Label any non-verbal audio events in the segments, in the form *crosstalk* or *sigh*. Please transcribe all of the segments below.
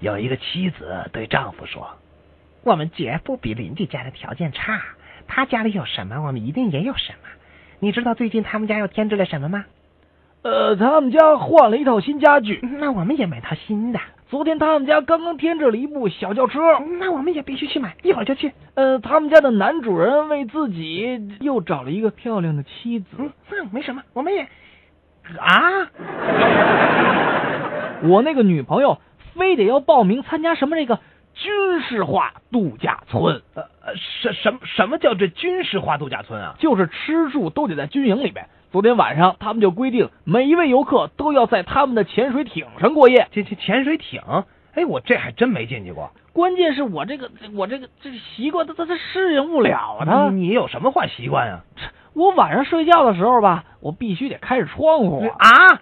有一个妻子对丈夫说我们绝不比邻居家的条件差，他家里有什么，我们一定也有什么。你知道最近他们家又添置了什么吗？：“呃，他们家换了一套新家具，那我们也买套新的，昨天他们家刚刚添置了一部小轿车。那我们也必须去买，一会儿就去。呃，他们家的男主人为自己又找了一个漂亮的妻子。嗯，那没什么，我们也啊，我那个女朋友非得要报名参加什么这个军事化度假村，：“呃，呃什什么什么叫这军事化度假村啊？就是吃住都得在军营里边。昨天晚上他们就规定，每一位游客都要在他们的潜水艇上过夜。这这潜水艇？哎，我这还真没进去过。关键是我这个我这个这个习惯，他他他适应不了啊。他你你有什么坏习惯啊？我晚上睡觉的时候吧，我必须得开着窗户啊。啊！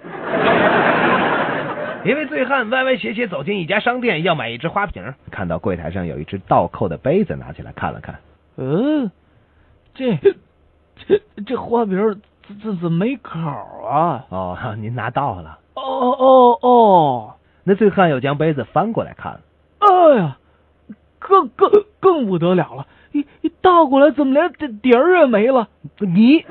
*laughs* 一位醉汉歪歪斜斜走进一家商店，要买一只花瓶，看到柜台上有一只倒扣的杯子，拿起来看了看。嗯，这这这花瓶儿怎怎怎么没口儿啊？哦，您拿到了。哦哦哦！那醉汉又将杯子翻过来看了，哎呀，更更更不得了了！一一倒过来，怎么连底底儿也没了？你